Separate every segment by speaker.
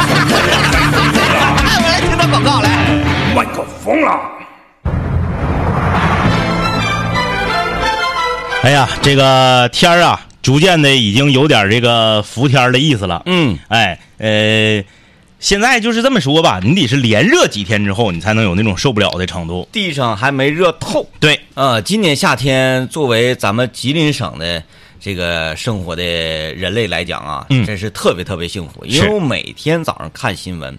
Speaker 1: 哎，我来听段广告来。
Speaker 2: 麦克风了。
Speaker 3: 哎呀，这个天儿啊，逐渐的已经有点这个伏天儿的意思了。
Speaker 4: 嗯，
Speaker 3: 哎，呃，现在就是这么说吧，你得是连热几天之后，你才能有那种受不了的程度。
Speaker 4: 地上还没热透。
Speaker 3: 对，
Speaker 4: 呃，今年夏天作为咱们吉林省的这个生活的人类来讲啊，
Speaker 3: 嗯
Speaker 4: 真是特别特别幸福，因为
Speaker 3: 是
Speaker 4: 我每天早上看新闻，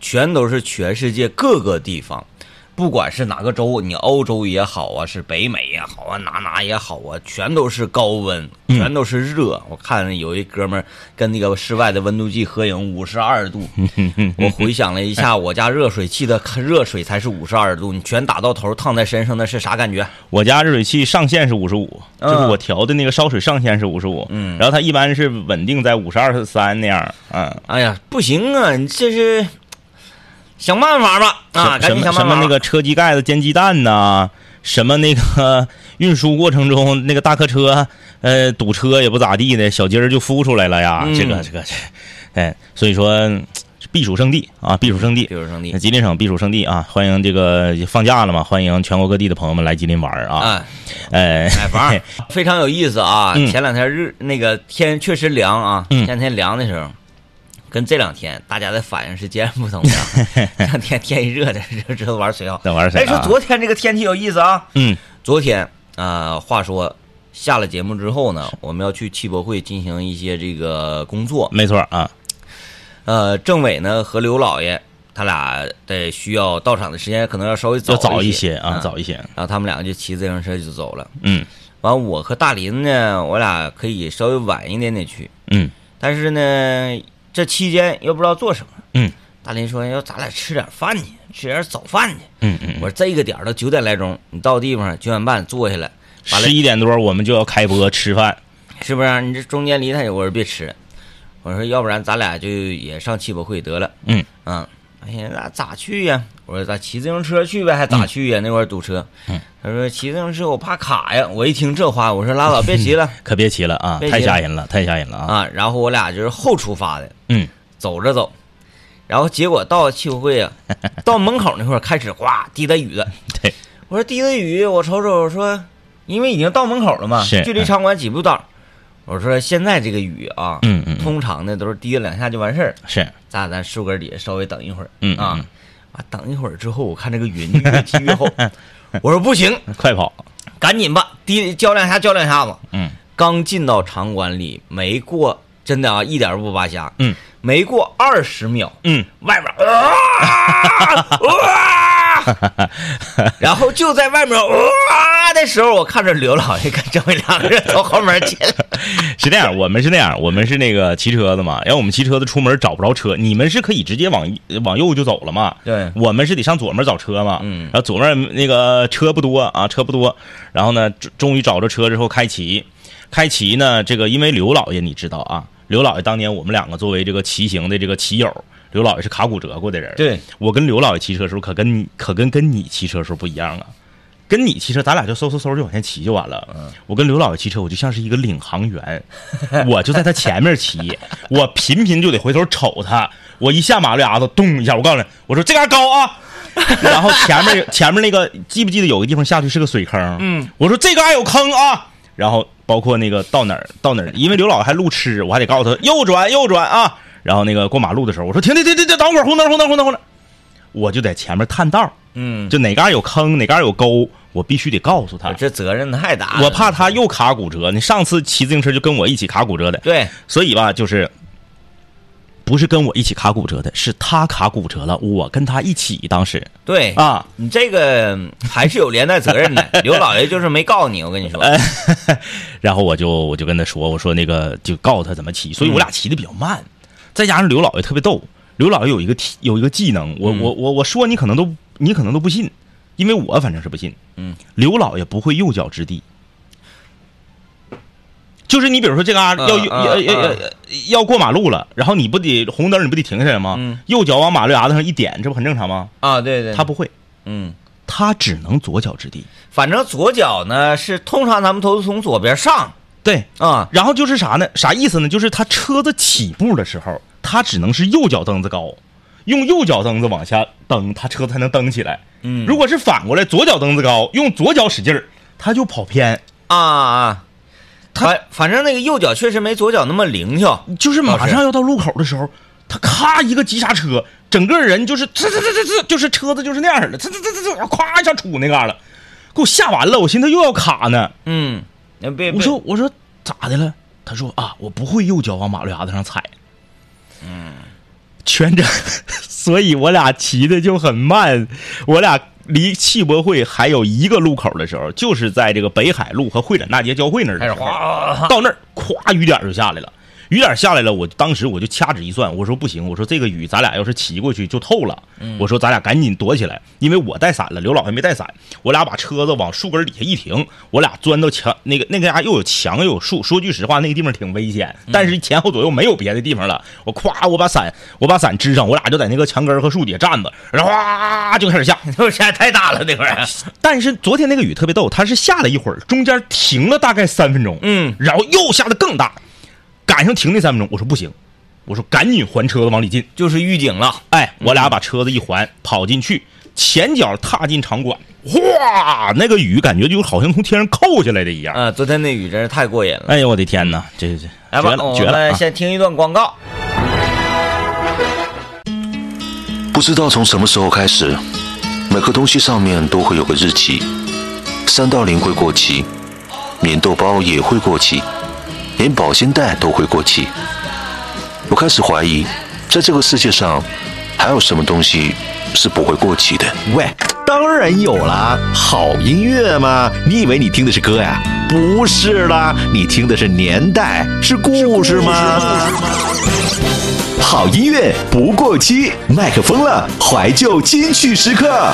Speaker 4: 全都是全世界各个地方。不管是哪个州，你欧洲也好啊，是北美也好啊，哪哪也好啊，全都是高温，全都是热。我看有一哥们儿跟那个室外的温度计合影，五十二度。我回想了一下，我家热水器的热水才是五十二度，你全打到头烫在身上，那是啥感觉？
Speaker 3: 我家热水器上限是五十五，
Speaker 4: 嗯
Speaker 3: 就是我调的那个烧水上限是五十五，
Speaker 4: 嗯
Speaker 3: 然后它一般是稳定在五十二三那样，嗯，
Speaker 4: 哎呀，不行啊，你这是想办法吧啊，
Speaker 3: 什
Speaker 4: 赶
Speaker 3: 么
Speaker 4: 紧想
Speaker 3: 什
Speaker 4: 办法。
Speaker 3: 么那个车机盖子煎鸡蛋呐、什么那个 运输过程中那个大客车呃堵车也不咋地的，小鸡儿就孵出来了呀，
Speaker 4: 嗯
Speaker 3: 这个这个，这哎，所以说嗯避暑圣地啊，避暑圣地
Speaker 4: 比。如说你
Speaker 3: 那吉林省避暑圣地啊，欢迎这个放假了嘛，欢迎全国各地的朋友们来吉林玩儿啊！
Speaker 4: 啊，
Speaker 3: 哎，
Speaker 4: 买房 非常有意思啊。
Speaker 3: 嗯
Speaker 4: 前两天日那个天确实凉啊，
Speaker 3: 嗯
Speaker 4: 前两天凉的时候。跟这两天大家的反应是截然不同 的啊，这两天天一热的，热知道玩谁好。
Speaker 3: 那玩意儿谁
Speaker 4: 哎，说
Speaker 3: 啊？
Speaker 4: 昨天这个天气有意思啊，
Speaker 3: 嗯，
Speaker 4: 昨天啊、呃话说下了节目之后呢，我们要去汽博会进行一些这个工作。
Speaker 3: 没错啊，
Speaker 4: 呃，政委呢和刘老爷他俩得需要到场的时间可能要稍微早
Speaker 3: 要早
Speaker 4: 一
Speaker 3: 一些啊，早
Speaker 4: 一
Speaker 3: 一些。
Speaker 4: 然后他们两个就骑自行车就走了。
Speaker 3: 嗯
Speaker 4: 完，我和大林呢，我俩可以稍微晚一点点去，
Speaker 3: 嗯
Speaker 4: 但是呢，这期间又不知道做什么。
Speaker 3: 嗯
Speaker 4: 大林说：“要咱俩吃点饭去，吃点早饭去。
Speaker 3: 嗯嗯，
Speaker 4: 我说：“这个点儿都九点来钟，你到地方九点半坐下来，完了
Speaker 3: 十一点多我们就要开播吃饭。
Speaker 4: 是不是、你这中间离太远，我说别吃。我说要不然咱俩就也上汽博会得了。
Speaker 3: 嗯
Speaker 4: 嗯，哎呀，那咋去呀？我说咱骑自行车去
Speaker 3: 嗯
Speaker 4: 呗，还咋去呀？那块儿堵车。嗯，他说骑自行车我怕卡呀。我一听这话，我说拉
Speaker 3: 嗯
Speaker 4: 倒，别骑了
Speaker 3: 可别骑了啊！
Speaker 4: 别骑
Speaker 3: 太吓
Speaker 4: 了
Speaker 3: 人了，太吓人了啊！
Speaker 4: 啊。然后我俩就是后出发的，
Speaker 3: 嗯，
Speaker 4: 走着走，然后结果到汽博会 啊，到门口那会儿开始哗滴答雨了。
Speaker 3: 对，
Speaker 4: 我说滴答雨，我瞅瞅，我说因为已经到门口了嘛，
Speaker 3: 是
Speaker 4: 距离场馆几步道儿，我说现在这个雨啊，
Speaker 3: 嗯嗯嗯
Speaker 4: 通常呢都是滴答两下就完事儿，
Speaker 3: 是，
Speaker 4: 咱俩在树根底下稍微等一会儿，
Speaker 3: 嗯
Speaker 4: 啊
Speaker 3: 嗯，
Speaker 4: 啊等一会儿之后，我看这个云越积 越厚，我说不行，
Speaker 3: 快跑！
Speaker 4: 赶紧吧，滴浇两下，浇两下子，
Speaker 3: 嗯，
Speaker 4: 刚进到场馆里没过，真的啊，一点儿不扒瞎，
Speaker 3: 嗯，
Speaker 4: 没过二十秒，
Speaker 3: 嗯，
Speaker 4: 外面啊啊， 然后就在外面啊的时候，我看着刘老爷跟张伟两个人从后门进来，
Speaker 3: 是那样，我们是那样，我们是那个骑车子嘛，然后我们骑车子出门找不着车，你们是可以直接往往右就走了嘛，
Speaker 4: 对
Speaker 3: 我们是得上左面找车嘛，
Speaker 4: 嗯
Speaker 3: 然后左面那个车不多啊，车不多，然后呢，终终于找着车之后开骑，开骑呢，这个因为刘老爷你知道啊，刘老爷当年我们两个作为这个骑行的这个骑友，刘老爷是卡骨折过的人，
Speaker 4: 对，
Speaker 3: 我跟刘老爷骑车的时候可跟你可跟跟你骑车的时候不一样啊。跟你骑车，咱俩就嗖嗖嗖就往前骑就完了。我跟刘老爷骑车，我就像是一个领航员， 我就在他前面骑，我频频就得回头瞅他。我一下马路牙子，咚一下，我告诉你，我说这嘎高啊。 然后前面前面那个记不记得有个地方下去是个水坑？嗯，我说这嘎有坑啊。然后包括那个到哪儿到哪儿，因为刘老爷还路痴，我还得告诉他右转右转啊。然后那个过马路的时候，我说停停停停停，等会儿红灯红灯红灯红灯，我就在前面探道。
Speaker 4: 嗯，
Speaker 3: 就哪嘎有坑，哪嘎有沟，我必须得告诉他
Speaker 4: 我。这责任太大了，
Speaker 3: 我怕他又卡骨折。你上次骑自行车就跟我一起卡骨折的，
Speaker 4: 对。
Speaker 3: 所以吧，就是不是跟我一起卡骨折的，是他卡骨折了，我跟他一起当时
Speaker 4: 对
Speaker 3: 啊，
Speaker 4: 你这个嗯还是有连带责任 的。刘老爷就是没告你，我跟你说，
Speaker 3: 哎嗯然后我就我就跟他说，我说那个就告诉他怎么骑，所以我俩骑的比较慢。再加上刘老爷特别逗，刘老爷有一个提有一个技能，我、我我我说你可能都你可能都不信，因为我反正是不信。
Speaker 4: 嗯，
Speaker 3: 刘老爷不会右脚支地。就是你，比如说这嘎、
Speaker 4: 嗯
Speaker 3: 要、要
Speaker 4: 嗯
Speaker 3: 要要要过马路了，然后你不得红灯，你不得停下来吗？
Speaker 4: 嗯
Speaker 3: 右脚往马路牙子上一点，这不很正常吗？
Speaker 4: 啊，对对，
Speaker 3: 他不会，
Speaker 4: 嗯，
Speaker 3: 他只能左脚支地。
Speaker 4: 反正左脚呢是通常咱们都是从左边上
Speaker 3: 对，
Speaker 4: 啊，
Speaker 3: 然后就是啥呢？啥意思呢？就是他车子起步的时候，他只能是右脚蹬子高，用右脚蹬子往下蹬，他车子才能蹬起来。
Speaker 4: 嗯
Speaker 3: 如果是反过来，左脚蹬子高，用左脚使劲儿，他就跑偏，
Speaker 4: 啊啊，反反正那个右脚确实没左脚那么灵巧，
Speaker 3: 就是马
Speaker 4: 哦
Speaker 3: 上要到路口的时候，他咔一个急刹车，整个人就是呲呲呲呲呲，就是车子就是那样式的，呲呲呲呲呲，咵一下杵那嘎了，给我吓完了，我寻思又要卡呢。
Speaker 4: 嗯，那别
Speaker 3: 我说我说咋的了？他说啊，我不会右脚往马路牙子上踩。嗯，全程， 所以我俩骑的就很慢。我俩离汽博会还有一个路口的时候，就是在这个北海路和会展大街交汇那儿的
Speaker 4: 开
Speaker 3: 时
Speaker 4: 始
Speaker 3: 候，
Speaker 4: 哗，
Speaker 3: 到那儿咵雨点儿就下来了。雨点儿下来了，我当时我就掐指一算，我说不行，我说这个雨咱俩要是骑过去就透了，我说咱俩赶紧躲起来，因为我带伞了，刘老还没带伞，我俩把车子往树根底下一停，我俩钻到墙那个那个家又有墙又有树，说句实话那个地方挺危险，但是前后左右没有别的地方了，我咵我把伞我把伞支上，我俩就在那个墙根儿和树底下站着，然后哗就开始下，
Speaker 4: 那 下太大了那会 儿，
Speaker 3: 但是昨天那个雨特别逗，它是下了一会儿，中间停了大概三分钟，
Speaker 4: 嗯
Speaker 3: 然后又下的更大，赶上停那三分钟，我说不行，我说赶紧还车子往里进，
Speaker 4: 就是预警了，
Speaker 3: 哎，我俩把车子一还，跑进去，前脚踏进场馆，哗，那个雨感觉就好像从天上扣下来的一样，
Speaker 4: 啊，昨天那雨真是太过瘾了，
Speaker 3: 哎呦我的天哪，这这
Speaker 4: 来
Speaker 3: 绝
Speaker 4: 吧，
Speaker 3: 了
Speaker 4: 哎我
Speaker 3: 绝了
Speaker 4: 们
Speaker 3: 啊！
Speaker 4: 先听一段广告，
Speaker 2: 不知道从什么时候开始，每个东西上面都会有个日期，三道零会过期，棉豆包也会过期，连保鲜袋都会过期。我开始怀疑，在这个世界上，还有什么东西是不会过期的？
Speaker 5: 喂，当然有啦，好音乐嘛！你以为你听的是歌呀？不是啦，你听的是年代，是故事嘛。好音乐不过期，麦克风了，怀旧金曲时刻。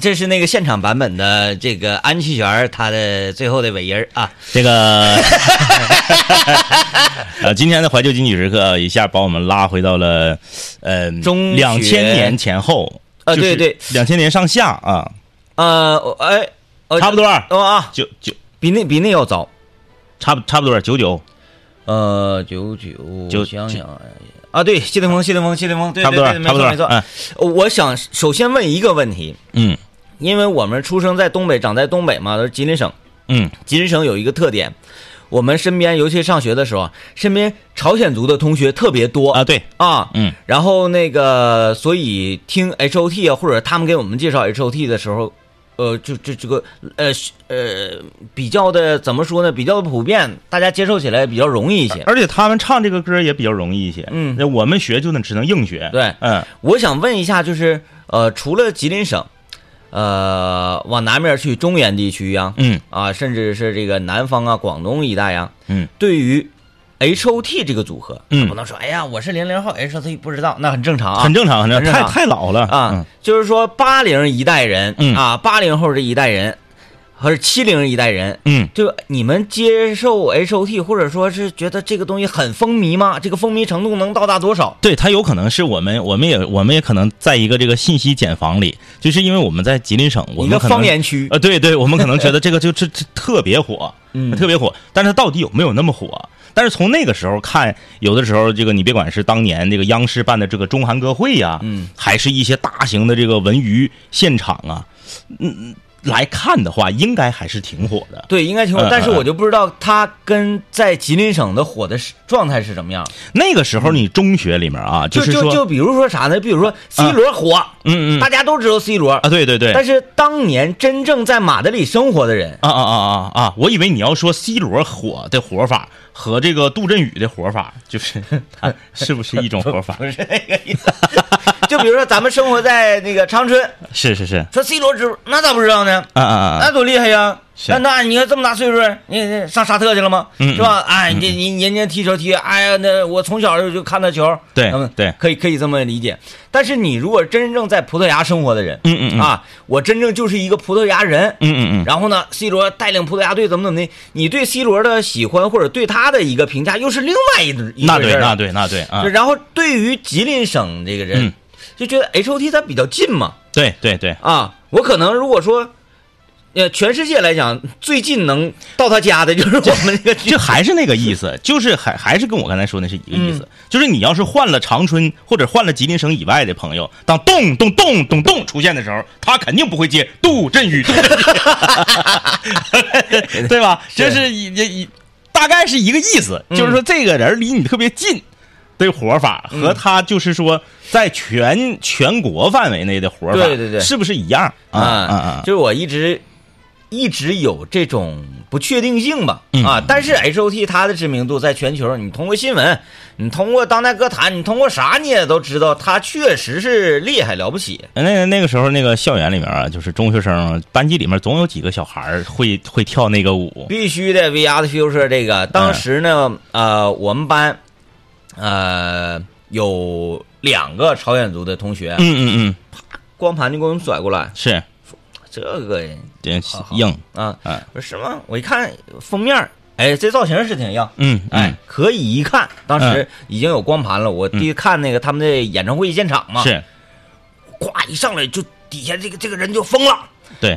Speaker 4: 这是那个现场版本的这个安七弦儿他的最后的尾音儿啊，
Speaker 3: 这个， 呃，今天的怀旧金曲时刻一下把我们拉回到了，呃，
Speaker 4: 中
Speaker 3: 两
Speaker 4: 学
Speaker 3: 千年前后
Speaker 4: 啊对对，
Speaker 3: 两千年上下啊，
Speaker 4: 呃，我哎，我
Speaker 3: 差不多
Speaker 4: 哦啊，
Speaker 3: 九九
Speaker 4: 比那比那要早，
Speaker 3: 差不差不多九九，
Speaker 4: 呃，九九，
Speaker 3: 九
Speaker 4: 我想想哎啊，对，谢霆锋，谢霆锋，谢霆锋，对
Speaker 3: 差不多
Speaker 4: 对对没
Speaker 3: 差不
Speaker 4: 错
Speaker 3: 多
Speaker 4: 没错
Speaker 3: 嗯。
Speaker 4: 我想首先问一个问题，
Speaker 3: 嗯
Speaker 4: 因为我们出生在东北，长在东北嘛，都是吉林省。
Speaker 3: 嗯，
Speaker 4: 吉林省有一个特点，我们身边，尤其上学的时候，身边朝鲜族的同学特别多
Speaker 3: 啊，对，
Speaker 4: 啊，
Speaker 3: 嗯，
Speaker 4: 然后那个，所以听 H O T 啊，或者他们给我们介绍 H O T 的时候，呃，就这这个呃是呃比较的怎么说呢？比较的普遍，大家接受起来比较容易一些。
Speaker 3: 而且他们唱这个歌也比较容易一些，
Speaker 4: 嗯
Speaker 3: 那我们学就能只能硬学，
Speaker 4: 对
Speaker 3: 嗯，
Speaker 4: 我想问一下，就是呃，除了吉林省，呃，往南面去中原地区呀、
Speaker 3: 嗯
Speaker 4: 啊，甚至是这个南方啊、广东一带呀，
Speaker 3: 嗯，
Speaker 4: 对于 H O T 这个组合，
Speaker 3: 嗯
Speaker 4: 不能说哎呀，我是零零后 H O T 不知道，那很正常啊，
Speaker 3: 很正常，很
Speaker 4: 很
Speaker 3: 正
Speaker 4: 正
Speaker 3: 太
Speaker 4: 常
Speaker 3: 太老了
Speaker 4: 啊，，就是说八零一代人，
Speaker 3: 嗯
Speaker 4: 啊，八零后这一代人，或者七零一代人。
Speaker 3: 嗯
Speaker 4: 就你们接受 H O T，或者说是觉得这个东西很风靡吗？这个风靡程度能到达多少？
Speaker 3: 对他有可能是我们，我们也我们也可能在一个这个信息茧房里，就是因为我们在吉林省，我
Speaker 4: 一
Speaker 3: 们
Speaker 4: 个
Speaker 3: 可能
Speaker 4: 方言区
Speaker 3: 呃，对对，我们可能觉得这个就这这特别火，
Speaker 4: 嗯
Speaker 3: 特别火，但是它到底有没有那么火？但是从那个时候看，有的时候这个你别管是当年这个央视办的这个中韩歌会呀、
Speaker 4: 嗯，
Speaker 3: 还是一些大型的这个文娱现场啊，嗯，来看的话，应该还是挺火的。
Speaker 4: 对，应该挺
Speaker 3: 嗯
Speaker 4: 火，但是
Speaker 3: 嗯
Speaker 4: 我就不知道它跟在吉林省的火的是状态是什么样。
Speaker 3: 那个时候你中学里面啊，
Speaker 4: 就是就
Speaker 3: 说，啊
Speaker 4: 就比如说啥呢？比如说 C 罗火，
Speaker 3: 嗯嗯
Speaker 4: 大家都知道 C 罗
Speaker 3: 啊，，对对对，
Speaker 4: 但是当年真正在马德里生活的 人，
Speaker 3: 啊啊啊啊啊！我以为你要说 C 罗火的活法和这个杜振宇的活法，就是 它是不是一种活法？
Speaker 4: 就比如说咱们生活在那个长春，
Speaker 3: 是是是，啊
Speaker 4: 说 C 罗知那咋不知道呢？
Speaker 3: 啊啊
Speaker 4: 那
Speaker 3: 啊！
Speaker 4: 多厉害呀！
Speaker 3: 是
Speaker 4: 那那你看这么大岁数，你你上沙特去了吗？
Speaker 3: 嗯
Speaker 4: 是吧？哎，你你人家踢球踢，哎呀，那我从小就看他球，
Speaker 3: 对
Speaker 4: 嗯
Speaker 3: 对
Speaker 4: 可以可以这么理解。但是你如果真正在葡萄牙生活的人，
Speaker 3: 嗯嗯嗯
Speaker 4: 啊，我真正就是一个葡萄牙人，
Speaker 3: 嗯嗯嗯
Speaker 4: 然后呢，C 罗带领葡萄牙队怎么怎么的，你对 C 罗的喜欢或者对他的一个评价又是另外一一
Speaker 3: 那
Speaker 4: 回
Speaker 3: 对
Speaker 4: 事儿了
Speaker 3: 那对那对啊
Speaker 4: 就！然后对于吉林省这个人，
Speaker 3: 嗯
Speaker 4: 就觉得 H O T 它比较近嘛
Speaker 3: 对对对，
Speaker 4: 啊，我可能如果说，呃，全世界来讲最近能到他家的就是我们这个
Speaker 3: 这还是那个意思，就是还还是跟我刚才说那是一个意
Speaker 4: 嗯
Speaker 3: 思，就是你要是换了长春或者换了吉林省以外的朋友，当咚咚咚咚咚出现的时候，他肯定不会接杜振 宇，杜振宇对吧？这是一也一大概是一个意思，
Speaker 4: 嗯
Speaker 3: 就是说这个人离你特别近。的活法和他就是说在全全国范围内的活法，
Speaker 4: 嗯对对嗯对
Speaker 3: 是不是一样啊啊啊？
Speaker 4: 就是我一直一直有这种不确定性吧，
Speaker 3: 嗯
Speaker 4: 啊，但是 H O T 它的知名度在全球，你通过新闻，你通过当代歌坛，你通过啥你也都知道，它确实是厉害了不起。
Speaker 3: 那那个时候，那个校园里面啊，就是中学生班级里面总有几个小孩儿会会跳那个舞。
Speaker 4: 必须的，VR 的 future 这个，当时呢，呃，我们班，呃，有两个朝鲜族的同学，
Speaker 3: 嗯嗯嗯，
Speaker 4: 光盘就给我们甩过来，
Speaker 3: 是，
Speaker 4: 这个人
Speaker 3: 这
Speaker 4: 好好
Speaker 3: 硬，
Speaker 4: 啊，
Speaker 3: 嗯
Speaker 4: 我说什么？我一看封面儿，哎，这造型是挺硬，
Speaker 3: 嗯，
Speaker 4: 哎
Speaker 3: 哎，，
Speaker 4: 可以一看，当时已经有光盘了，我第一看那个他们的演唱会现场嘛，，
Speaker 3: 嗯是
Speaker 4: 咵一上来就底下这个这个人就疯了，
Speaker 3: 对。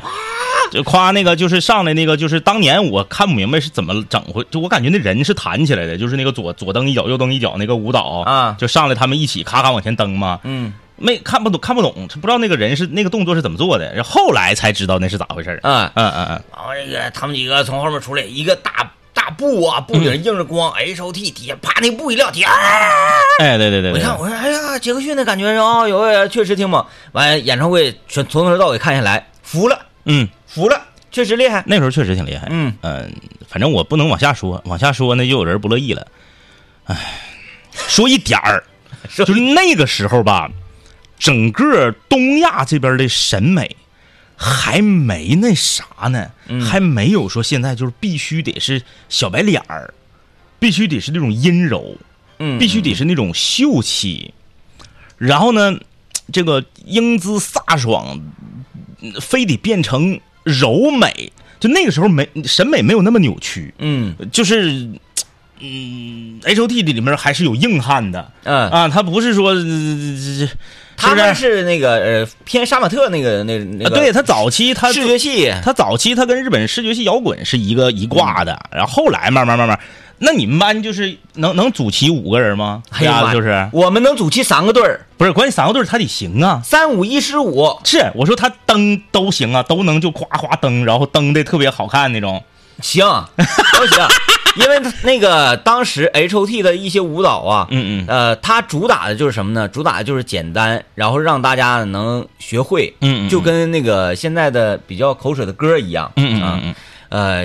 Speaker 3: 就夸那个，就是上来那个，就是当年我看不明白是怎么整回，就我感觉那人是弹起来的，就是那个左左蹬一脚，右蹬一脚那个舞蹈
Speaker 4: 啊
Speaker 3: 就上来他们一起咔咔往前蹬嘛，
Speaker 4: 嗯
Speaker 3: 没看不懂，看不懂，不知道那个人是那个动作是怎么做的，然后后来才知道那是咋回事儿。
Speaker 4: 啊，
Speaker 3: 嗯嗯嗯，
Speaker 4: 然后这个他们几个从后面出来，一个大大布啊，布
Speaker 3: 嗯
Speaker 4: 顶上映着光、h O T 底下啪那布一撂，底下、啊、
Speaker 3: 哎，对对对
Speaker 4: 我
Speaker 3: 对
Speaker 4: 一看，我说哎呀，杰克逊的感觉是啊、有点确实挺猛。完演唱会全从头到尾看下来，服了
Speaker 3: 嗯，
Speaker 4: 服了，确实厉害。
Speaker 3: 那时候确实挺厉害。
Speaker 4: 嗯
Speaker 3: 嗯，反正我不能往下说，往下说那就有人不乐意了。唉，说一点儿，
Speaker 4: 说
Speaker 3: 就是那个时候吧，整个东亚这边的审美还没那啥呢，
Speaker 4: 嗯
Speaker 3: 还没有说现在就是必须得是小白脸儿，必须得是那种阴柔，
Speaker 4: 嗯
Speaker 3: 必须得是那种秀气。然后呢，这个英姿飒爽，非得变成柔美，就那个时候没审美没有那么扭曲，
Speaker 4: 嗯
Speaker 3: 就是。嗯，H O T 里面还是有硬汉的，
Speaker 4: 嗯
Speaker 3: 啊，他不是说，呃这这
Speaker 4: 他
Speaker 3: 是不
Speaker 4: 们
Speaker 3: 是
Speaker 4: 是那个呃偏沙马特那个那那
Speaker 3: 啊
Speaker 4: 个，
Speaker 3: 对他早期他
Speaker 4: 视觉系，
Speaker 3: 他早期他跟日本视觉系摇滚是一个一挂的，然后后来慢慢慢慢，那你们班就是能能组齐五个人吗？
Speaker 4: 哎呀
Speaker 3: 呀
Speaker 4: 妈，
Speaker 3: 就是
Speaker 4: 我们能组齐三个队儿，
Speaker 3: 不是关键三个队儿他得行啊。
Speaker 4: 三五一十五，
Speaker 3: 是，我说他蹬都行啊，都能就夸夸蹬，然后蹬的特别好看那种。
Speaker 4: 行，都行。因为他那个当时 H O T 的一些舞蹈啊，
Speaker 3: 嗯嗯
Speaker 4: 呃，它主打的就是什么呢？主打的就是简单，然后让大家能学会，
Speaker 3: 嗯嗯嗯
Speaker 4: 就跟那个现在的比较口水的歌一样，
Speaker 3: 嗯嗯
Speaker 4: 啊
Speaker 3: 嗯嗯，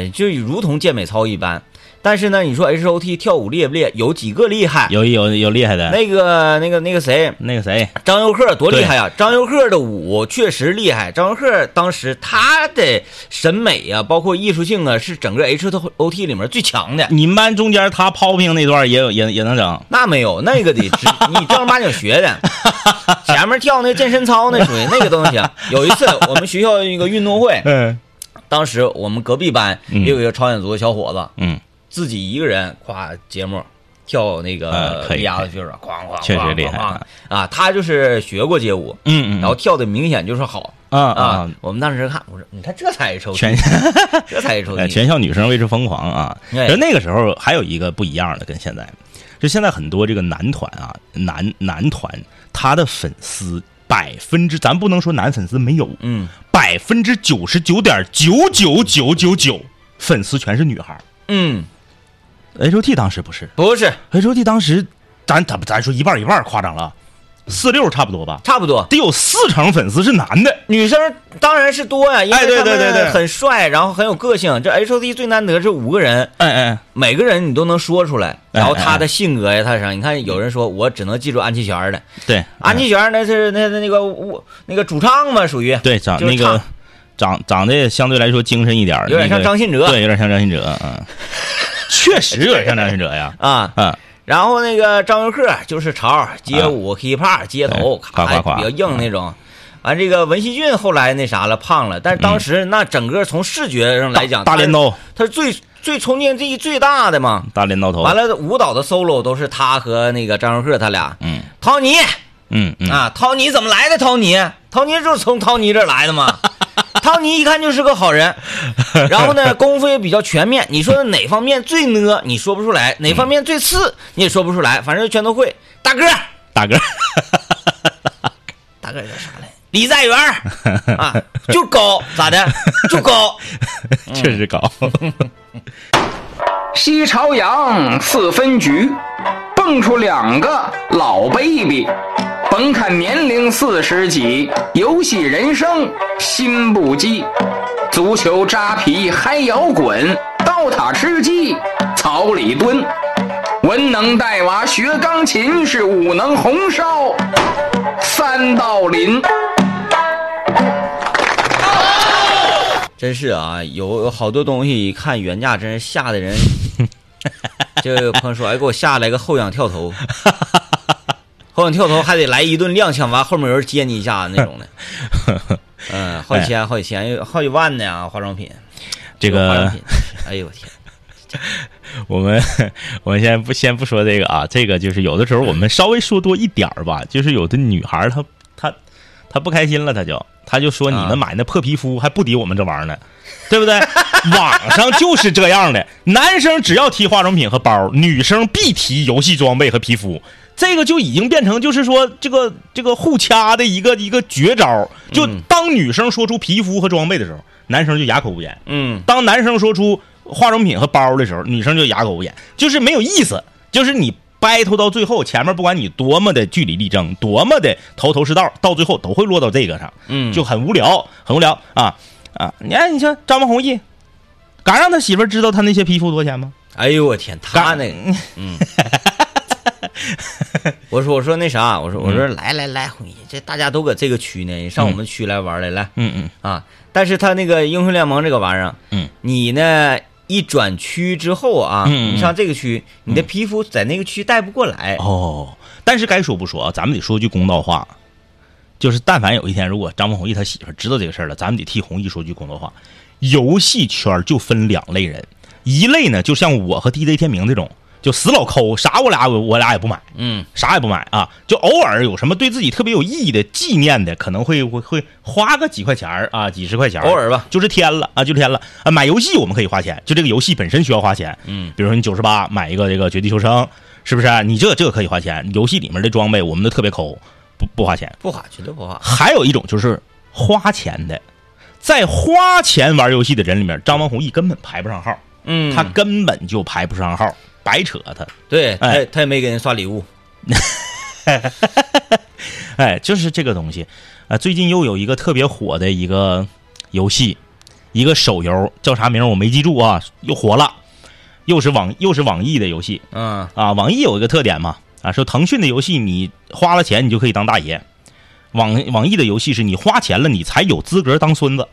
Speaker 4: 呃，就如同健美操一般。但是呢，你说 H O T 跳舞厉不厉害？有几个厉害？
Speaker 3: 有有有厉害的，
Speaker 4: 那个那个那个谁，
Speaker 3: 那个谁，
Speaker 4: 张佑赫多厉害呀、啊张佑赫的舞确实厉害。张佑赫当时他的审美呀、包括艺术性啊，是整个 H O T 里面最强的。
Speaker 3: 你们班中间他抛冰那段也有也也能整。
Speaker 4: 那没有，那 个得直你正儿八经学的，前面跳那健身操那属 于那个东西啊。有一次我们学校一个运动会，
Speaker 3: 嗯
Speaker 4: 当时我们隔壁班
Speaker 3: 嗯
Speaker 4: 也有一个朝鲜族的小伙子，
Speaker 3: 嗯，
Speaker 4: 自己一个人夸节目跳那
Speaker 3: 呃
Speaker 4: 个
Speaker 3: 可以
Speaker 4: 鸭子就是啊哐哐，
Speaker 3: 确实厉害
Speaker 4: 哐哐啊！他就是学过街舞，
Speaker 3: 嗯嗯
Speaker 4: 然后跳的明显就是好。
Speaker 3: 啊
Speaker 4: 啊
Speaker 3: 啊，！
Speaker 4: 我们当时看，我说你看这才是抽屉，
Speaker 3: 全
Speaker 4: 这才是抽
Speaker 3: 呃，
Speaker 4: 屉，
Speaker 3: 全校女生为之疯狂啊！
Speaker 4: 哎
Speaker 3: 而那个时候还有一个不一样的，跟现在，就现在很多这个男团啊，男男团他的粉丝百分之，咱不能说男粉丝没有，
Speaker 4: 嗯，
Speaker 3: 百分之九十九点九九九九九粉丝全是女孩儿。
Speaker 4: 嗯，
Speaker 3: H O T 当时不是
Speaker 4: 不是，
Speaker 3: ，H O T 当时咱咱咱说一半儿一半儿夸张了，四六差不多吧，
Speaker 4: 差不多。
Speaker 3: 得有四成粉丝是男的。
Speaker 4: 女生当然是多呀，因
Speaker 3: 哎
Speaker 4: 为
Speaker 3: 对
Speaker 4: 他们
Speaker 3: 对对对
Speaker 4: 很帅，然后很有个性。这 H O T 最难得是五个人，
Speaker 3: 哎哎，
Speaker 4: 每个人你都能说出来，
Speaker 3: 哎
Speaker 4: 然后他的性格呀，他啥？你看有人说我只能记住安七璇的，
Speaker 3: 对，
Speaker 4: 安七璇那是那那个我那个主唱嘛，属于
Speaker 3: 对，长
Speaker 4: 就是
Speaker 3: 那个
Speaker 4: 唱
Speaker 3: 长长得相对来说精神一点儿，
Speaker 4: 有点像
Speaker 3: 那个
Speaker 4: 张信哲
Speaker 3: 对，有点像张信哲，嗯，确实有点像张信哲 呀，
Speaker 4: 啊。
Speaker 3: 嗯，
Speaker 4: 然后那个张佑赫就是潮街舞、hiphop、街头，
Speaker 3: 对啊哎夸夸夸
Speaker 4: 比
Speaker 3: 啊
Speaker 4: 较硬那种。完、这个文熙俊后来那啥了，胖了，但是当时那整个从视觉上来讲，
Speaker 3: 嗯大大镰刀，
Speaker 4: 他是最最冲劲力最大的嘛。
Speaker 3: 大镰刀头，
Speaker 4: 完，了，舞蹈的 solo 都是他和那个张佑赫他俩。
Speaker 3: 嗯
Speaker 4: 陶尼
Speaker 3: 嗯嗯，
Speaker 4: 啊，陶尼怎么来的？陶尼，陶尼就是从陶尼这儿来的嘛。陶尼一看就是个好人，然后呢，功夫也比较全面。你说哪方面最呢？你说不出来；哪方面最次，你也说不出来。反正全都会。大个儿，
Speaker 3: 大哥，
Speaker 4: 大个儿叫啥来？李在元儿啊，就高，咋的？就高。嗯
Speaker 3: 确 实高，
Speaker 6: 西朝阳四分局，蹦出两个老 baby，甭看年龄四十几，游戏人生心不羁，足球扎皮嗨摇滚，刀塔吃鸡草里蹲，文能带娃学钢琴，是武能红烧三道林。
Speaker 4: 真是啊，有有好多东西一看原价，真是吓得人。这个朋友说：“哎，给我吓来个后仰跳投，后仰跳投还得来一顿踉跄，完后面有人接你一下子那种的。嗯，好几千，好几千，好几万呢啊！化妆品，
Speaker 3: 这
Speaker 4: 化妆
Speaker 3: 个
Speaker 4: 品，哎呦我天，
Speaker 3: 我们我们先不先不说这个啊，这个就是有的时候我们稍微说多一点儿吧，就是有的女孩儿她她她不开心了，她就她就说你
Speaker 4: 啊
Speaker 3: 们买那破皮肤还不抵我们这玩意儿呢，对不对？网上就是这样的，男生只要提化妆品和包，女生必提游戏装备和皮肤。这个就已经变成就是说这个这个互掐的一个一个绝招儿，就当女生说出皮肤和装备的时候，男生就哑口无言。
Speaker 4: 嗯，
Speaker 3: 当男生说出化妆品和包的时候，女生就哑口无言，就是没有意思，就是你 battle 到最后，前面不管你多么的据理力争，多么的头头是道，到最后都会落到这个上，
Speaker 4: 嗯
Speaker 3: 就很无聊，很无聊啊啊！你看，你像张文宏毅，敢让他媳妇儿知道他那些皮肤多少钱吗？
Speaker 4: 哎呦我天，他 那个，嗯，我说我说那啥，我说我
Speaker 3: 嗯
Speaker 4: 说来来来，红姐，这大家都搁这个区呢，上我们区来玩来来，
Speaker 3: 嗯嗯，
Speaker 4: 啊，但是他那个英雄联盟这个玩意儿，
Speaker 3: 嗯，
Speaker 4: 你呢一转区之后啊，
Speaker 3: 嗯嗯嗯嗯
Speaker 4: 你上这个区，你的皮肤在那个区带不过来，
Speaker 3: 哦哦，但是该说不说啊，咱们得说句公道话，就是但凡有一天，如果张文宏毅他媳妇儿知道这个事儿了，咱们得替弘毅说句公道话。游戏圈儿就分两类人，一类呢，就像我和 DJ 天明这种，就死老抠，啥我俩我我俩也不买，
Speaker 4: 嗯，
Speaker 3: 啥也不买啊，就偶尔有什么对自己特别有意义的纪念的，可能会会会花个几块钱儿啊，几十块钱儿
Speaker 4: 偶尔吧，
Speaker 3: 就是天了啊，就天了啊。买游戏我们可以花钱，就这个游戏本身需要花钱，嗯，比如说你九十八买一个这个绝地求生，是不是、你这这个可以花钱，游戏里面的装备我们都特别抠，不不花钱。
Speaker 4: 不花绝对不花。
Speaker 3: 还有一种就是花钱的，在花钱玩游戏的人里面，张文宏毅根本排不上号，
Speaker 4: 嗯
Speaker 3: 他
Speaker 4: 他
Speaker 3: 根本就排不上号，白扯他。
Speaker 4: 对，他
Speaker 3: 哎
Speaker 4: 也他也没给人刷礼物，
Speaker 3: 哎，就是这个东西。啊，最近又有一个特别火的一个游戏，一个手游叫啥名儿我没记住啊，又火了，又是网又是网易的游戏
Speaker 4: 嗯，
Speaker 3: 啊。网易有一个特点嘛，啊，说腾讯的游戏你花了钱你就可以当大爷，网网易的游戏是你花钱了你才有资格当孙子。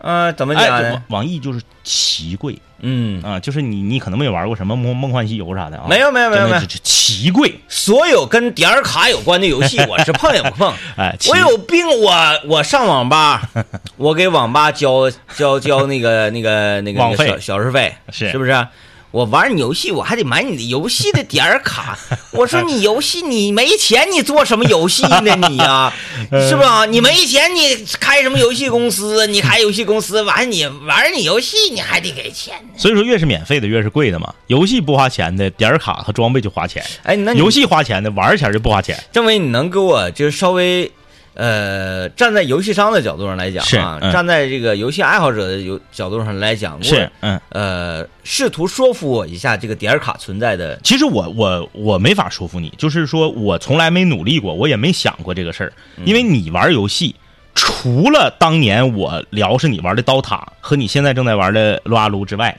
Speaker 4: 啊，怎么
Speaker 3: 哎，
Speaker 4: 讲
Speaker 3: 就
Speaker 4: 呢
Speaker 3: 网？网易就是奇贵
Speaker 4: 嗯，
Speaker 3: 啊，就是你你可能没玩过什么梦梦幻西游啥的啊，
Speaker 4: 没有没有没有
Speaker 3: 真
Speaker 4: 没
Speaker 3: 的
Speaker 4: 有
Speaker 3: 是是奇贵，
Speaker 4: 所有跟点儿卡有关的 游戏，我是碰也不碰。
Speaker 3: 哎，奇
Speaker 4: 我有病，我我上网 吧，我给网吧交交交那个那个那个
Speaker 3: 网
Speaker 4: 那个
Speaker 3: 费
Speaker 4: 小小时费，
Speaker 3: 是
Speaker 4: 是不是？我玩你游戏，我还得买你的游戏的点儿 卡。我说你游戏你没钱，你做什么游戏呢？你呀、 是
Speaker 3: 哎
Speaker 4: 吧？你没钱，你开什么游戏公司？你开游戏公司完，你玩你游戏，你还得给钱呢。
Speaker 3: 所以说越是免费的越是贵的嘛。游戏不花钱的点儿卡和装备就花钱，
Speaker 4: 哎，那你
Speaker 3: 游戏花钱的玩儿钱就不花钱。
Speaker 4: 政委，你能给我就是稍微，呃，站在游戏商的角度上来讲
Speaker 3: 是
Speaker 4: 啊，
Speaker 3: 嗯
Speaker 4: 站在这个游戏爱好者的游角度上来讲，
Speaker 3: 是，嗯，
Speaker 4: 我呃，试图说服我一下这个点儿卡存在的，
Speaker 3: 其实我我我没法说服你，就是说我从来没努力过，我也没想过这个事儿，
Speaker 4: 嗯
Speaker 3: 因为你玩游戏。除了当年我聊是你玩的刀塔和你现在正在玩的撸啊撸之外，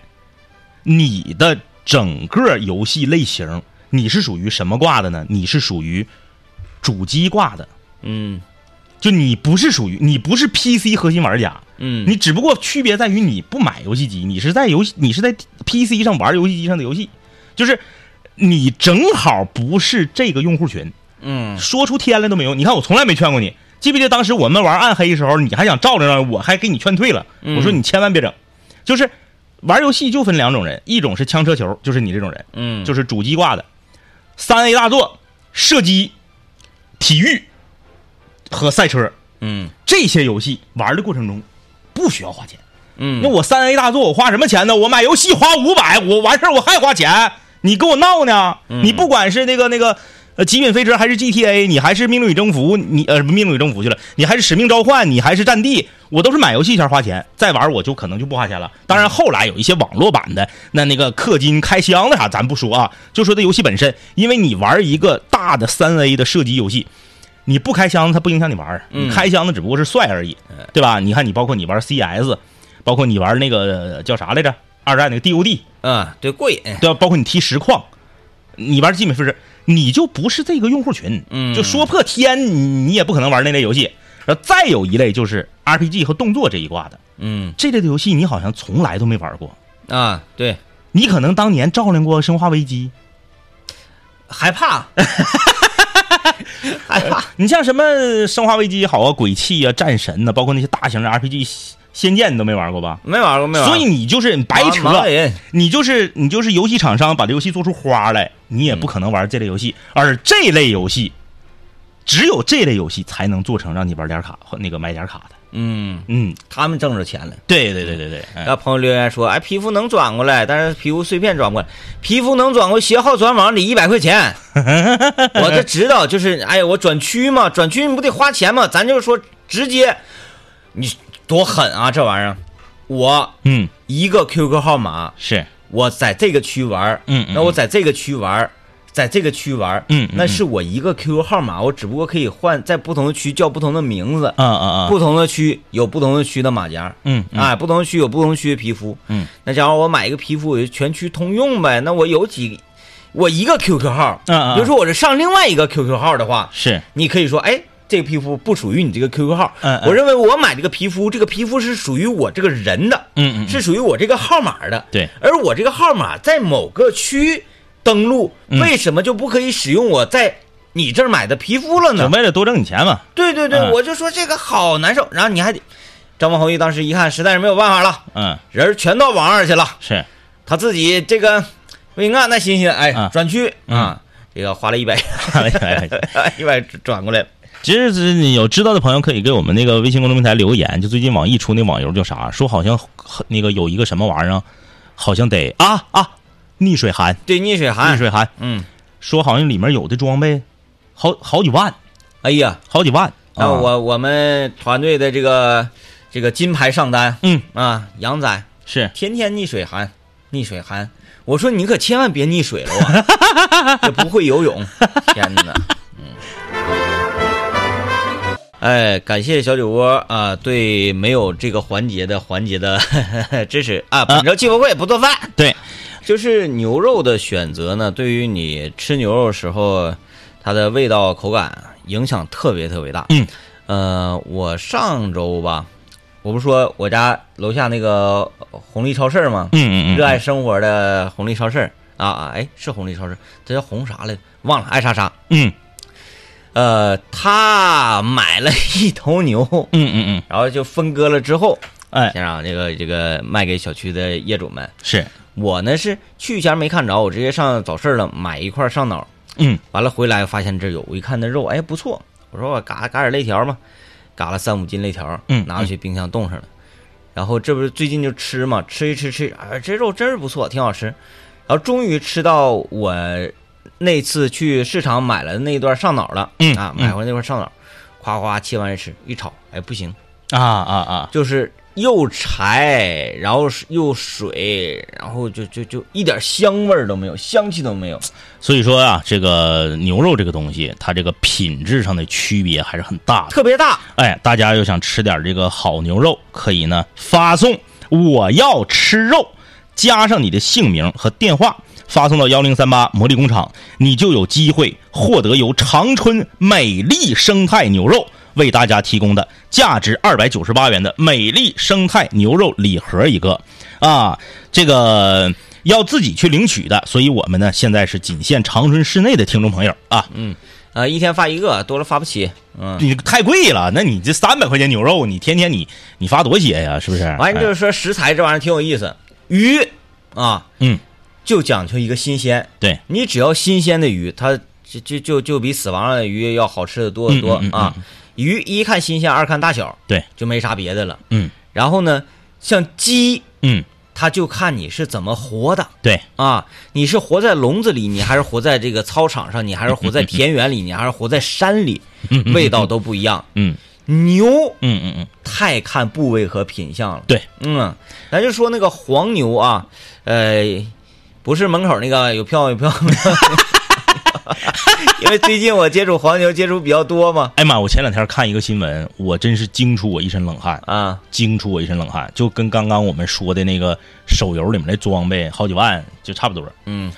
Speaker 3: 你的整个游戏类型，你是属于什么挂的呢？你是属于主机挂的，
Speaker 4: 嗯
Speaker 3: 就你不是属于你不是 PC 核心玩家，
Speaker 4: 嗯，
Speaker 3: 你只不过区别在于你不买游戏机，你是在游戏，你是在 PC 上玩游戏机上的游戏，就是你正好不是这个用户群，
Speaker 4: 嗯
Speaker 3: 说出天来都没用。你看我从来没劝过你，记不记得当时我们玩暗黑的时候，你还想照着让我还给你劝退了，
Speaker 4: 嗯
Speaker 3: 我说你千万别整，就是玩游戏就分两种人，一种是枪车球，就是你这种人，
Speaker 4: 嗯，
Speaker 3: 就是主机挂的，三 A 大作、射击、体育和赛车
Speaker 4: 嗯
Speaker 3: 这些游戏玩的过程中不需要花钱。
Speaker 4: 嗯，
Speaker 3: 那我三 A 大作我花什么钱呢？我买游戏花五百，我完事儿我还花钱，你跟我闹呢？你不管是那个那个呃《极品飞车》还是 GTA，你还是《命令与征服》，你呃不命令与征服》去了，你还是《使命召唤》，你还是《战地》，我都是买游戏前花钱，再玩我就可能就不花钱了。当然后来有一些网络版的那那个氪金开箱的啥，咱不说啊，就说这游戏本身，因为你玩一个大的三 A 的射击游戏。你不开箱，它不影响你玩儿。你开箱，那只不过是帅而已，对吧？你看，你包括你玩 CS，包括你玩那个呃叫啥来着，二战那个 DOD，
Speaker 4: 啊，对，过瘾，
Speaker 3: 对吧？包括你踢实况，你玩基本分值，你就不是这个用户群。
Speaker 4: 嗯
Speaker 3: 就说破天，你你也不可能玩那类游戏。然后再有一类就是 RPG 和动作这一挂的，
Speaker 4: 嗯
Speaker 3: 这类的游戏你好像从来都没玩过。
Speaker 4: 啊，对，
Speaker 3: 你可能当年照亮过《生化危机
Speaker 4: 害 怕，》，害怕，
Speaker 3: 你像什么《生化危机》好啊，《鬼泣》啊，《战神》呐，包括那些大型的 RPG，《仙剑》你都没玩过吧？
Speaker 4: 没玩过，没玩过，
Speaker 3: 所以你就是白扯，
Speaker 4: 盲盲人
Speaker 3: 你就是你就是游戏厂商把这游戏做出花来，你也不可能玩这类游戏。而这类游戏，只有这类游戏才能做成让你玩点卡或那个买点卡的。
Speaker 4: 嗯，
Speaker 3: 嗯，
Speaker 4: 他们挣着钱了。
Speaker 3: 对对对对对，哎
Speaker 4: 那朋友留言说：“哎，皮肤能转过来，但是皮肤碎片转不过来，皮肤能转过斜号转网得一百块 钱。我这知道，就是哎呀，我转区嘛，转区你不得花钱嘛？咱就是说直接，你多狠啊，这玩意儿！我
Speaker 3: 嗯
Speaker 4: 一个 QQ 号码，
Speaker 3: 是，
Speaker 4: 我在这个区玩，
Speaker 3: 嗯嗯
Speaker 4: 那我在这个区玩。”在这个区玩，
Speaker 3: 嗯嗯嗯
Speaker 4: 那是我一个 QQ 号码，我只不过可以换在不同的区叫不同的名字，
Speaker 3: 啊啊啊，
Speaker 4: 不同的区有不同的区的马甲，
Speaker 3: 嗯嗯
Speaker 4: 哎，不同区有不同区的皮肤，
Speaker 3: 嗯，
Speaker 4: 那家伙我买一个皮肤，我就全区通用呗。那我有几，我一个 QQ 号，
Speaker 3: 嗯嗯
Speaker 4: 比如说我是上另外一个 QQ 号的话，
Speaker 3: 是
Speaker 4: 你可以说，哎，这个皮肤不属于你这个 QQ 号，
Speaker 3: 嗯嗯
Speaker 4: 我认为我买这个皮肤，这个皮肤是属于我这个人的，
Speaker 3: 嗯嗯嗯
Speaker 4: 是属于我这个号码的，
Speaker 3: 对
Speaker 4: 而我这
Speaker 3: 嗯
Speaker 4: 个号码在某个区登录，为什么就不可以使用我在你这儿买的皮肤了
Speaker 3: 就
Speaker 4: 呢。
Speaker 3: 为了多挣你钱嘛。
Speaker 4: 对对对，
Speaker 3: 嗯
Speaker 4: 我就说这个好难受。然后你还得，张文宏毅当时一看，实在是没有办法了，
Speaker 3: 嗯，
Speaker 4: 人儿全到网上去了，
Speaker 3: 是，
Speaker 4: 他自己这个魏干那心心，哎
Speaker 3: 啊，
Speaker 4: 转区
Speaker 3: 嗯
Speaker 4: 啊，这个 花了一百， 一百转过来了。
Speaker 3: 其实是你有知道的朋友可以给我们那个微信公众平台留言。就最近网易出那网游叫啥，说好像很那个有一个什么玩意儿啊，好像得啊啊逆水寒，
Speaker 4: 对，逆水
Speaker 3: 逆
Speaker 4: 寒，
Speaker 3: 水寒，
Speaker 4: 嗯，
Speaker 3: 说好像里面有的装备好好几万，
Speaker 4: 哎呀，嗯
Speaker 3: 好几万
Speaker 4: 那
Speaker 3: 啊！
Speaker 4: 我我们团队的这个这个金牌上单
Speaker 3: 嗯
Speaker 4: 啊，杨仔
Speaker 3: 是
Speaker 4: 天天溺水寒，溺水寒。我说你可千万别溺水了啊，也不会游泳。天哪，嗯，哎，感谢小酒窝啊，对没有这个环节的环节的 支持啊。本周气氛会不做饭，
Speaker 3: 对，
Speaker 4: 就是牛肉的选择呢，对于你吃牛肉时候，它的味道、口感影响特别特别大。
Speaker 3: 嗯，
Speaker 4: 呃，我上周吧，我不是说我家楼下那个红利超市吗？
Speaker 3: 嗯嗯嗯，
Speaker 4: 热爱生活的红利超市啊啊，哎，是红利超市，这叫红啥来着？忘了，爱啥啥。
Speaker 3: 嗯
Speaker 4: 呃，他买了一头牛，
Speaker 3: 嗯嗯嗯，
Speaker 4: 然后就分割了之后，
Speaker 3: 哎
Speaker 4: 先让这个这个卖给小区的业主们。
Speaker 3: 是，
Speaker 4: 我呢是去前没看着，我直接上早市了买一块上脑，
Speaker 3: 嗯
Speaker 4: 完了回来发现这有，我一看那肉，哎不错，我说我嘎嘎点肋条嘛，嘎了三五斤肋条，
Speaker 3: 嗯
Speaker 4: 拿回去冰箱冻上了，然后这不是最近就吃嘛，吃一吃吃，啊这肉真是不错，挺好吃，然后终于吃到我那次去市场买了那段上脑了，
Speaker 3: 嗯
Speaker 4: 啊
Speaker 3: 嗯
Speaker 4: 买回来那块上脑，夸夸切完一吃一炒，哎不行，
Speaker 3: 啊啊啊，
Speaker 4: 就是又柴，然后是又水，然后就就就一点香味儿都没有，香气都没有。
Speaker 3: 所以说啊，这个牛肉这个东西，它这个品质上的区别还是很大的。
Speaker 4: 特别大。
Speaker 3: 哎，大家要想吃点这个好牛肉，可以呢发送“我要吃肉”，加上你的姓名和电话，发送到幺零三八魔力工厂，你就有机会获得由长春美丽生态牛肉为大家提供的价值二百九十八元的美丽生态牛肉礼盒一个。啊，这个要自己去领取的，所以我们呢现在是仅限长春市内的听众朋友啊。
Speaker 4: 啊，一天发一个，多了发不起。嗯，
Speaker 3: 你太贵了，那你这三百块钱牛肉，你天天你你发多些呀，是不是？哎
Speaker 4: 完了哎就是
Speaker 3: 是，
Speaker 4: 说食材这玩意儿挺有意思，鱼啊
Speaker 3: 嗯，
Speaker 4: 就讲究一个新鲜，
Speaker 3: 对，
Speaker 4: 你只要新鲜的鱼，它就就就就比死亡的鱼要好吃的多得多
Speaker 3: 嗯嗯嗯
Speaker 4: 啊。鱼一看新鲜，二看大小，
Speaker 3: 对，
Speaker 4: 就没啥别的了。
Speaker 3: 嗯
Speaker 4: 然后呢，像鸡，
Speaker 3: 嗯，
Speaker 4: 它就看你是怎么活的。
Speaker 3: 对，
Speaker 4: 啊，你是活在笼子里，你还是活在这个操场上，你还是活在田园里，你还是活在山里，味道都不一样。
Speaker 3: 嗯
Speaker 4: 牛
Speaker 3: 嗯嗯嗯，
Speaker 4: 太看部位和品相了。
Speaker 3: 对，
Speaker 4: 嗯，咱就说那个黄牛啊，呃，不是门口那个有票有票， 因为最近我接触黄牛接触比较多嘛。
Speaker 3: 哎妈，我前两天看一个新闻，我真是惊出我一身冷汗，
Speaker 4: 啊，
Speaker 3: 惊出我一身冷汗，就跟刚刚我们说的那个手游里面的装备好几万就差不多。
Speaker 4: 嗯，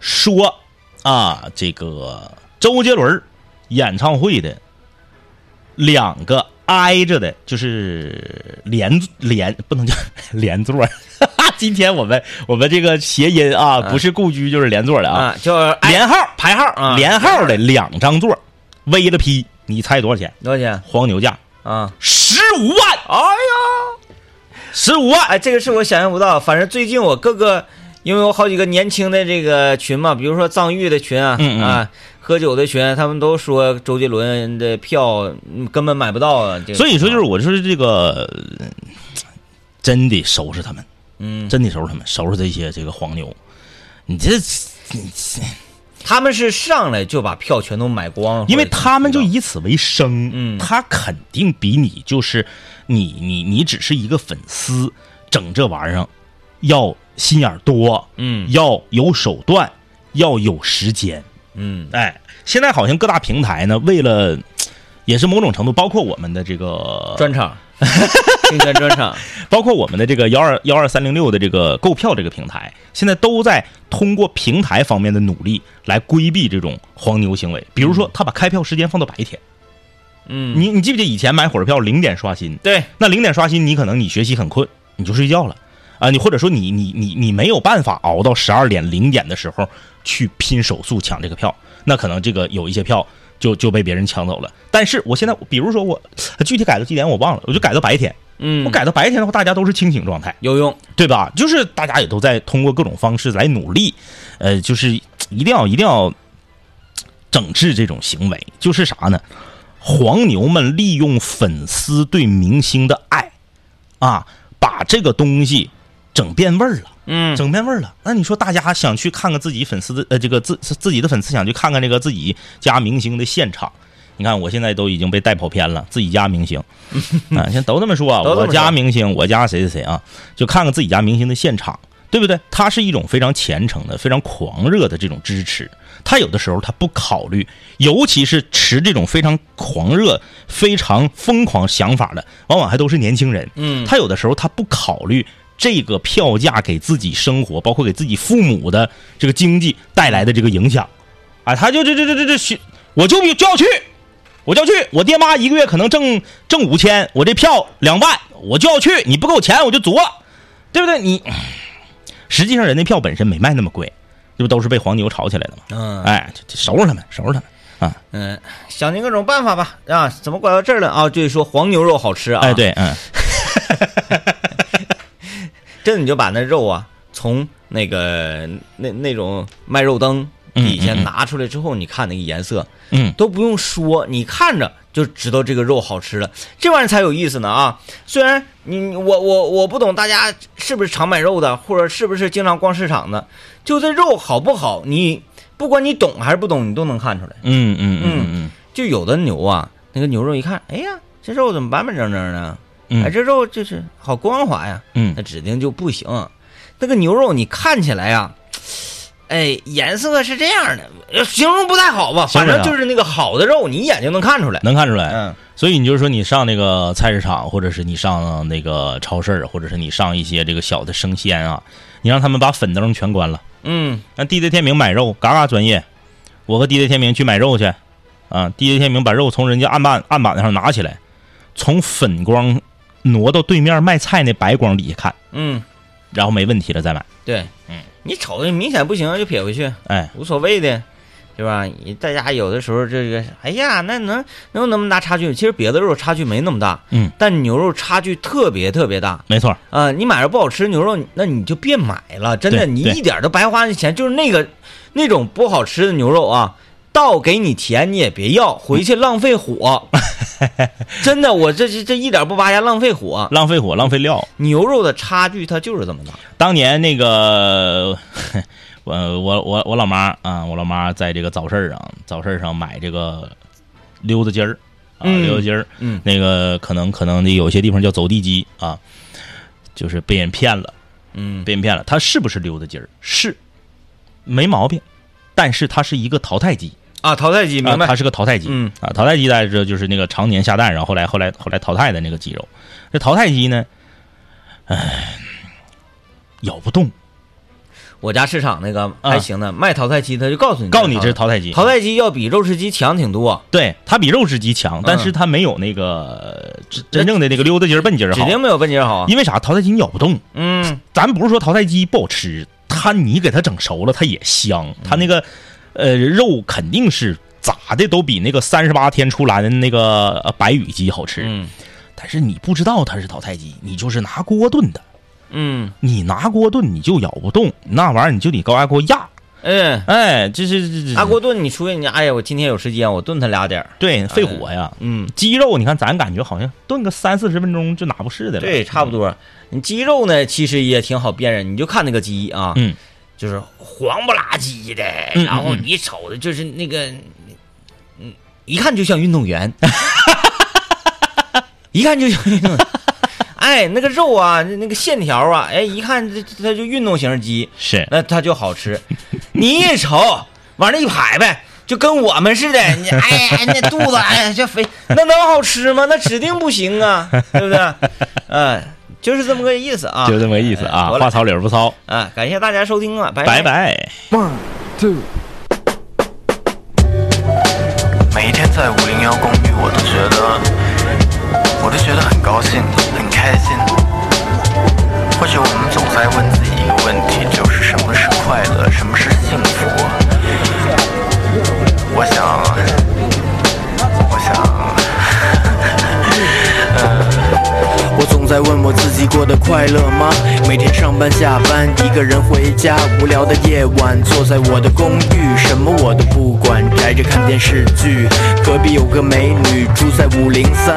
Speaker 3: 说啊，这个周杰伦演唱会的两个挨着的，就是连连不能叫 连座儿。今天我们我们这个谐音啊，不是故居就是连座的啊，
Speaker 4: 啊，就是哎
Speaker 3: 连号
Speaker 4: 排号啊，
Speaker 3: 连号的两张座，V 了 P，你猜多少钱？
Speaker 4: 多少钱
Speaker 3: 黄牛价
Speaker 4: 啊？
Speaker 3: 十五万，
Speaker 4: 哎呀！
Speaker 3: 十五万。
Speaker 4: 哎，这个是我想象不到。反正最近我各个，因为我好几个年轻的这个群嘛，比如说藏玉的群啊，
Speaker 3: 嗯嗯
Speaker 4: 啊，喝酒的群，他们都说周杰伦的票嗯根本买不到啊。这个
Speaker 3: 所以说，就是我说这个，呃真得收拾他们。
Speaker 4: 嗯，
Speaker 3: 真得收拾他们，收拾这些这个黄牛。你这，你这
Speaker 4: 他们是上来就把票全都买光，
Speaker 3: 因为
Speaker 4: 或者
Speaker 3: 他们就
Speaker 4: 怎么
Speaker 3: 以此为生，
Speaker 4: 嗯
Speaker 3: 他肯定比你就是你你你只是一个粉丝，整这玩意儿要心眼儿多，
Speaker 4: 嗯
Speaker 3: 要有手段，要有时间。
Speaker 4: 嗯
Speaker 3: 哎，现在好像各大平台呢，为了也是某种程度，包括我们的这个
Speaker 4: 专 场，竞选专场，
Speaker 3: 包括我们的这个幺二幺二三零六的这个购票这个平台，现在都在通过平台方面的努力来规避这种黄牛行为。比如说，他把开票时间放到白天，
Speaker 4: 嗯，
Speaker 3: 你你记不记得以前买火车票零点刷新？
Speaker 4: 对，
Speaker 3: 那零点刷新，你可能你学习很困，你就睡觉了。啊，你或者说你你你你没有办法熬到十二点零点的时候去拼手速抢这个票，那可能这个有一些票就就被别人抢走了。但是我现在，比如说我呃具体改到几点我忘了，我就改到白天。
Speaker 4: 嗯
Speaker 3: 我改到白天的话，大家都是清醒状态，
Speaker 4: 有用。
Speaker 3: 对吧？就是大家也都在通过各种方式来努力，呃，就是一定要一定要整治这种行为。就是啥呢？黄牛们利用粉丝对明星的爱啊，把这个东西整变味儿了。
Speaker 4: 嗯，
Speaker 3: 整变味儿了。那你说大家想去看看自己粉丝的呃这个自自己的粉丝想去看看这个自己家明星的现场。你看我现在都已经被带跑偏了，自己家明星啊，现在都这么说啊，
Speaker 4: 都这么
Speaker 3: 我
Speaker 4: 说
Speaker 3: 家明星，我家谁谁谁啊，就看看自己家明星的现场，对不对？它是一种非常虔诚的、非常狂热的这种支持。他有的时候他不考虑，尤其是持这种非常狂热、非常疯狂想法的，往往还都是年轻人。
Speaker 4: 嗯
Speaker 3: 他有的时候他不考虑这个票价给自己生活，包括给自己父母的这个经济带来的这个影响，啊，他就这这这这这去，我就就要去，我就要去，我爹妈一个月可能挣挣五千，我这票两万，我就要去，你不给我钱我就作，对不对？你实际上人家票本身没卖那么贵，这不都是被黄牛炒起来的吗？
Speaker 4: 嗯
Speaker 3: 哎，这这收拾他们，收拾他们啊！
Speaker 4: 嗯，想尽各种办法吧。啊，怎么拐到这儿了啊？对，说黄牛肉好吃啊。
Speaker 3: 哎，，对，嗯，
Speaker 4: 这你就把那肉啊，从那个那那种卖肉灯底下拿出来之后，你看那个颜色，
Speaker 3: 嗯
Speaker 4: 都不用说，你看着就知道这个肉好吃了，这玩意儿才有意思呢啊！虽然你我我我不懂大家是不是常买肉的，或者是不是经常逛市场的，就这肉好不好，你不管你懂还是不懂，你都能看出来。
Speaker 3: 嗯嗯嗯嗯
Speaker 4: 就有的牛啊，那个牛肉一看，哎呀，这肉怎么板板正正的？
Speaker 3: 嗯
Speaker 4: 哎，这肉就是好光滑呀，
Speaker 3: 嗯
Speaker 4: 那指定就不行。那个牛肉你看起来呀、哎，颜色是这样的，呃形容不太好吧？
Speaker 3: 形
Speaker 4: 反
Speaker 3: 容不了
Speaker 4: 正就是那个好的肉，你一眼就能看出来。
Speaker 3: 能看出来。
Speaker 4: 嗯
Speaker 3: 所以你就是说，你上那个菜市场，或者是你上那个超市，或者是你上一些这个小的生鲜啊，你让他们把粉灯全关了。
Speaker 4: 嗯，
Speaker 3: 那 DJ 天明买肉，嘎嘎专业。我和 DJ 天明去买肉去，啊，DJ 天明把肉从人家案板案板上拿起来，从粉光挪到对面卖菜那白光底下看，
Speaker 4: 嗯，
Speaker 3: 然后没问题了再买。
Speaker 4: 对，嗯，你瞅着明显不行就撇回去，
Speaker 3: 哎，
Speaker 4: 无所谓的，对吧？你大家有的时候这个，哎呀，那能能有那么大差距？其实别的肉差距没那么大，
Speaker 3: 嗯，
Speaker 4: 但牛肉差距特别特别大。
Speaker 3: 没错，
Speaker 4: 啊、你买着不好吃牛肉，那你就别买了，真的，
Speaker 3: 对
Speaker 4: 你
Speaker 3: 对
Speaker 4: 一点儿都白花那钱。就是那个那种不好吃的牛肉啊，倒给你钱你也别要，回去浪费 火。真的，我这这这一点儿不拔牙，浪费火。
Speaker 3: 浪费火，浪费料。
Speaker 4: 牛肉的差距它就是这么大。
Speaker 3: 当年那个， 我我我我老妈啊，我老妈在这个早市上早市上买这个溜达鸡儿啊，
Speaker 4: 嗯
Speaker 3: 溜达鸡儿，
Speaker 4: 嗯
Speaker 3: 那个可能可能的有些地方叫走地鸡啊，就是被人骗了，
Speaker 4: 嗯
Speaker 3: 被人骗了。它是不是溜达鸡儿？是，没毛病，但是它是一个淘汰鸡，
Speaker 4: 啊，淘汰鸡
Speaker 3: 啊
Speaker 4: 明白
Speaker 3: 它？是个淘汰鸡，
Speaker 4: 嗯
Speaker 3: 啊，淘汰鸡大家知道就是那个常年下蛋，然后后来后来后来淘汰的那个鸡肉。这淘汰鸡呢，唉，咬不动。
Speaker 4: 嗯我家市场那个
Speaker 3: 啊
Speaker 4: 还行呢，卖淘汰鸡他就告诉你，啊
Speaker 3: 告诉你这是淘汰鸡
Speaker 4: 淘汰鸡要比肉食鸡强挺多，
Speaker 3: 对，它比肉食鸡
Speaker 4: 嗯
Speaker 3: 强，但是它没有那个呃真真正的那个溜达鸡儿、笨鸡儿
Speaker 4: 指
Speaker 3: 好。
Speaker 4: 定没有笨鸡儿好啊。
Speaker 3: 因为啥？淘汰鸡你咬不动。
Speaker 4: 嗯，
Speaker 3: 咱不是说淘汰鸡不好吃，它你给它整熟了，它也
Speaker 4: 嗯
Speaker 3: 香。它那个呃肉肯定是咋的都比那个三十八天出栏的那个呃白羽鸡好吃。
Speaker 4: 嗯
Speaker 3: 但是你不知道它是淘汰鸡，你就是拿锅炖的。
Speaker 4: 嗯
Speaker 3: 你拿锅炖你就咬不动，那玩意儿你就得高压锅压。
Speaker 4: 嗯，
Speaker 3: 哎，这是这这
Speaker 4: 阿锅哎炖，你出去你哎呀，我今天有时间，我炖它俩点儿。
Speaker 3: 对费火呀。
Speaker 4: 嗯，
Speaker 3: 鸡肉你看咱感觉好像炖个三四十分钟就哪不是的了。嗯
Speaker 4: 对，差不
Speaker 3: 多。
Speaker 4: 多。你鸡肉呢，其实也挺好辨认，你就看那个鸡啊，
Speaker 3: 嗯，
Speaker 4: 就是黄不拉几的，
Speaker 3: 嗯
Speaker 4: 然后
Speaker 3: 嗯
Speaker 4: 你瞅着就是那个，嗯，一看就像运动员，一看就像运动员。 哎，那个肉啊，那个线条啊，哎，一看这这它就运动型鸡，
Speaker 3: 是
Speaker 4: 那它就好吃。你一瞅，往那一排呗，就跟我们似的，你哎呀，那肚子哎呀这肥，那能好吃吗？那指定不行啊，对不 对？嗯、就是这么个意思啊。
Speaker 3: 就这么个意思
Speaker 4: 哎
Speaker 3: 啊，
Speaker 4: 得了
Speaker 3: 话糙理儿不糙。
Speaker 4: 啊，感谢大家收听啊，拜
Speaker 3: 拜
Speaker 4: 拜。
Speaker 3: 拜。
Speaker 7: 每一天在五零幺公寓，我都觉得，我都觉得很高兴，很开心。或许我们总在来问自己一个问题，就是什么是快乐，什么是幸福？我想，我想。
Speaker 8: 我总在问我自己过得快乐吗？每天上班下班，一个人回家，无聊的夜晚，坐在我的公寓，什么我都不管，宅着看电视剧。隔壁有个美女住在五零三，